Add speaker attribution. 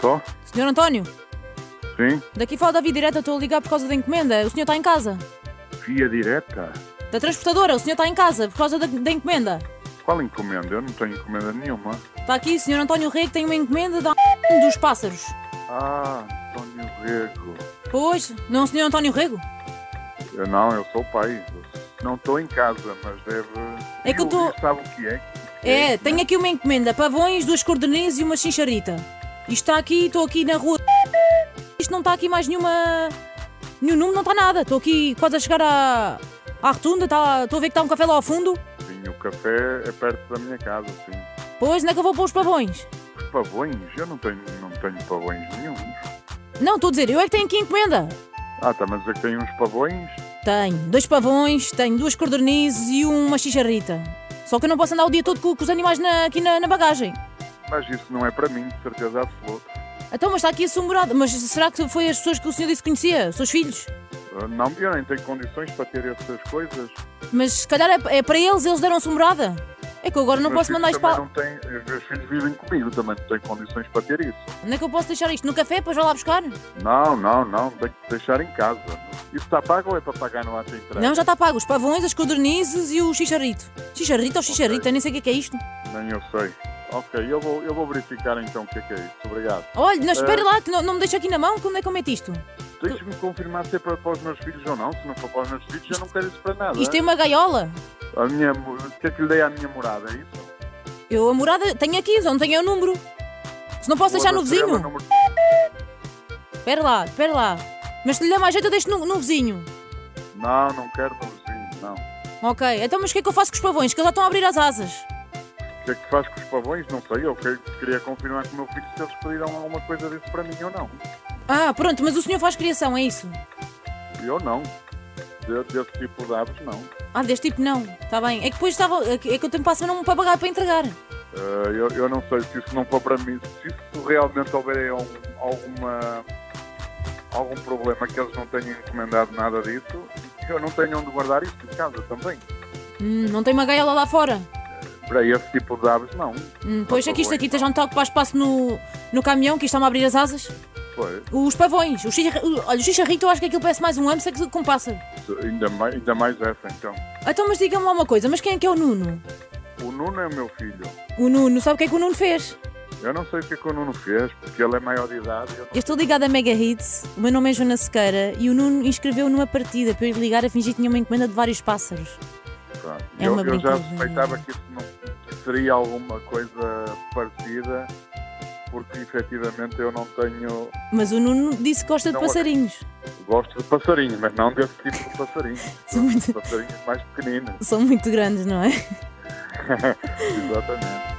Speaker 1: Tô?
Speaker 2: Senhor António,
Speaker 1: Sim?
Speaker 2: daqui fala David Direto, eu estou a ligar por causa da encomenda. O senhor está em casa?
Speaker 1: Via direta?
Speaker 2: Da transportadora, o senhor está em casa por causa da, da encomenda.
Speaker 1: Qual encomenda? Eu não tenho encomenda nenhuma.
Speaker 2: Está aqui, senhor António Rei, que tem uma encomenda da a... dos pássaros.
Speaker 1: Ah, Antônio Rego.
Speaker 2: Pois, não, senhor António Rego?
Speaker 1: Eu não, eu sou o pai. Não estou em casa, mas deve.
Speaker 2: É que eu
Speaker 1: Sim,
Speaker 2: tô-
Speaker 1: ouvir, Sabe o que é?
Speaker 2: É, tenho aqui uma encomenda: pavões, duas cordelinhas e uma chincharita. Isto está aqui, estou aqui na rua. Isto não está aqui mais nenhuma. Nenhum número, não está nada. Estou aqui quase a chegar à, à rotunda, tá- estou a ver que está um café lá ao fundo.
Speaker 1: Sim, o café é perto da minha casa, sim.
Speaker 2: Pois, onde é que eu vou pôr os pavões?
Speaker 1: Os pavões? Eu não tenho, não tenho pavões nenhum.
Speaker 2: Não, estou a dizer, eu é que tenho aqui a encomenda.
Speaker 1: Ah, tá, mas eu tenho uns pavões.
Speaker 2: Tenho dois pavões, tenho duas cordernizes e uma chicharrita. Só que eu não posso andar o dia todo com, com os animais na- aqui na, na bagagem.
Speaker 1: Mas isso não é para mim, de certeza absoluta.
Speaker 2: Então, mas está aqui a sua morada. Mas será que foi as pessoas que o senhor disse que conhecia? Os seus filhos?
Speaker 1: Eu Ah, Não, eu nem tenho condições para ter essas coisas.
Speaker 2: Mas se calhar é, é para eles, eles deram a sua morada. É que eu agora não
Speaker 1: Meus
Speaker 2: posso mandar isto
Speaker 1: filhos também
Speaker 2: para.
Speaker 1: não têm- Os meus filhos vivem comigo, também não tenho condições para ter isso.
Speaker 2: Onde é que eu posso deixar isto? No café? Depois vai lá buscar?
Speaker 1: Não, não, não, tenho que deixar em casa. Isso está pago ou é para pagar no ato de entrega?
Speaker 2: Não, já está pago. Os pavões, as codornizes e o chicharrito. Chicharrito ou chicharrita, nem sei o que é, que é isto.
Speaker 1: Nem eu sei. Ok, eu vou, eu vou verificar então o que é que é isso. Obrigado.
Speaker 2: Olha, não, espera
Speaker 1: Ah.
Speaker 2: lá, que não, não me deixa aqui na mão, que onde é que eu meto isto?
Speaker 1: Deixe-me confirmar se é para, para os meus filhos ou não. Se não for para os meus filhos, eu não quero isso para nada.
Speaker 2: Isto é uma gaiola.
Speaker 1: A minha, mo- o que é que lhe dei à minha morada, é isso?
Speaker 2: Eu a morada tenho aqui, só não tenho o número. Se não posso deixar no
Speaker 1: Rua da Estrela,
Speaker 2: vizinho.
Speaker 1: número-
Speaker 2: Espera lá, espera lá. Mas se lhe der mais jeito, eu deixo no, no vizinho.
Speaker 1: Não, não quero no vizinho, não. O
Speaker 2: Ok, então mas o que é que eu faço com os pavões? Que eles já estão a abrir as asas.
Speaker 1: que é que faz com os pavões? Não sei. Eu que- queria confirmar com o meu filho se eles pediram alguma coisa disso para mim ou não.
Speaker 2: Ah, pronto, mas o senhor faz criação, é isso?
Speaker 1: Eu não. De, desse tipo de aves, não.
Speaker 2: Ah, deste tipo não. Está bem. É que depois estava. É que é que eu tenho para a semana um papagaio para entregar.
Speaker 1: Eh, eu, eu não sei se isso não for para mim. Se isso realmente houver aí algum- alguma, algum problema que eles não tenham encomendado nada disso, eu não tenho onde guardar isso em casa também.
Speaker 2: Hum, não tem uma gaiola lá fora.
Speaker 1: Para esse tipo de aves, não.
Speaker 2: Hum, pois
Speaker 1: Por
Speaker 2: é que isto
Speaker 1: favor,
Speaker 2: aqui já não está a ocupar espaço no, no caminhão, que isto está-me a abrir as asas.
Speaker 1: Pois,
Speaker 2: Os pavões. Os chicharr... Olha, o chicharrito, eu acho que aquilo parece mais um hamster que com pássaro.
Speaker 1: ainda mais, ainda mais essa então.
Speaker 2: Então, mas diga-me lá uma coisa, mas quem é que é o Nuno?
Speaker 1: O Nuno é o meu filho.
Speaker 2: O Nuno, sabe o que é que o Nuno fez?
Speaker 1: Eu não sei o que é que o Nuno fez, porque ele é maior de idade. Eu não...
Speaker 2: Eu estou ligada à Mega Hits, o meu nome é Joana Sequeira e o Nuno inscreveu numa partida para eu ir ligar a fingir que tinha uma encomenda de vários pássaros.
Speaker 1: Pronto.
Speaker 2: É
Speaker 1: eu,
Speaker 2: uma
Speaker 1: eu já
Speaker 2: brincadeira. né?
Speaker 1: suspeitava que isso não que seria alguma coisa parecida, porque efetivamente eu não tenho.
Speaker 2: Mas o Nuno disse que gosta de
Speaker 1: Não,
Speaker 2: passarinhos.
Speaker 1: Gosto de passarinhos, mas não desse tipo de passarinhos.
Speaker 2: São muito,
Speaker 1: passarinhos mais pequeninos,
Speaker 2: são muito grandes, não é?
Speaker 1: exatamente.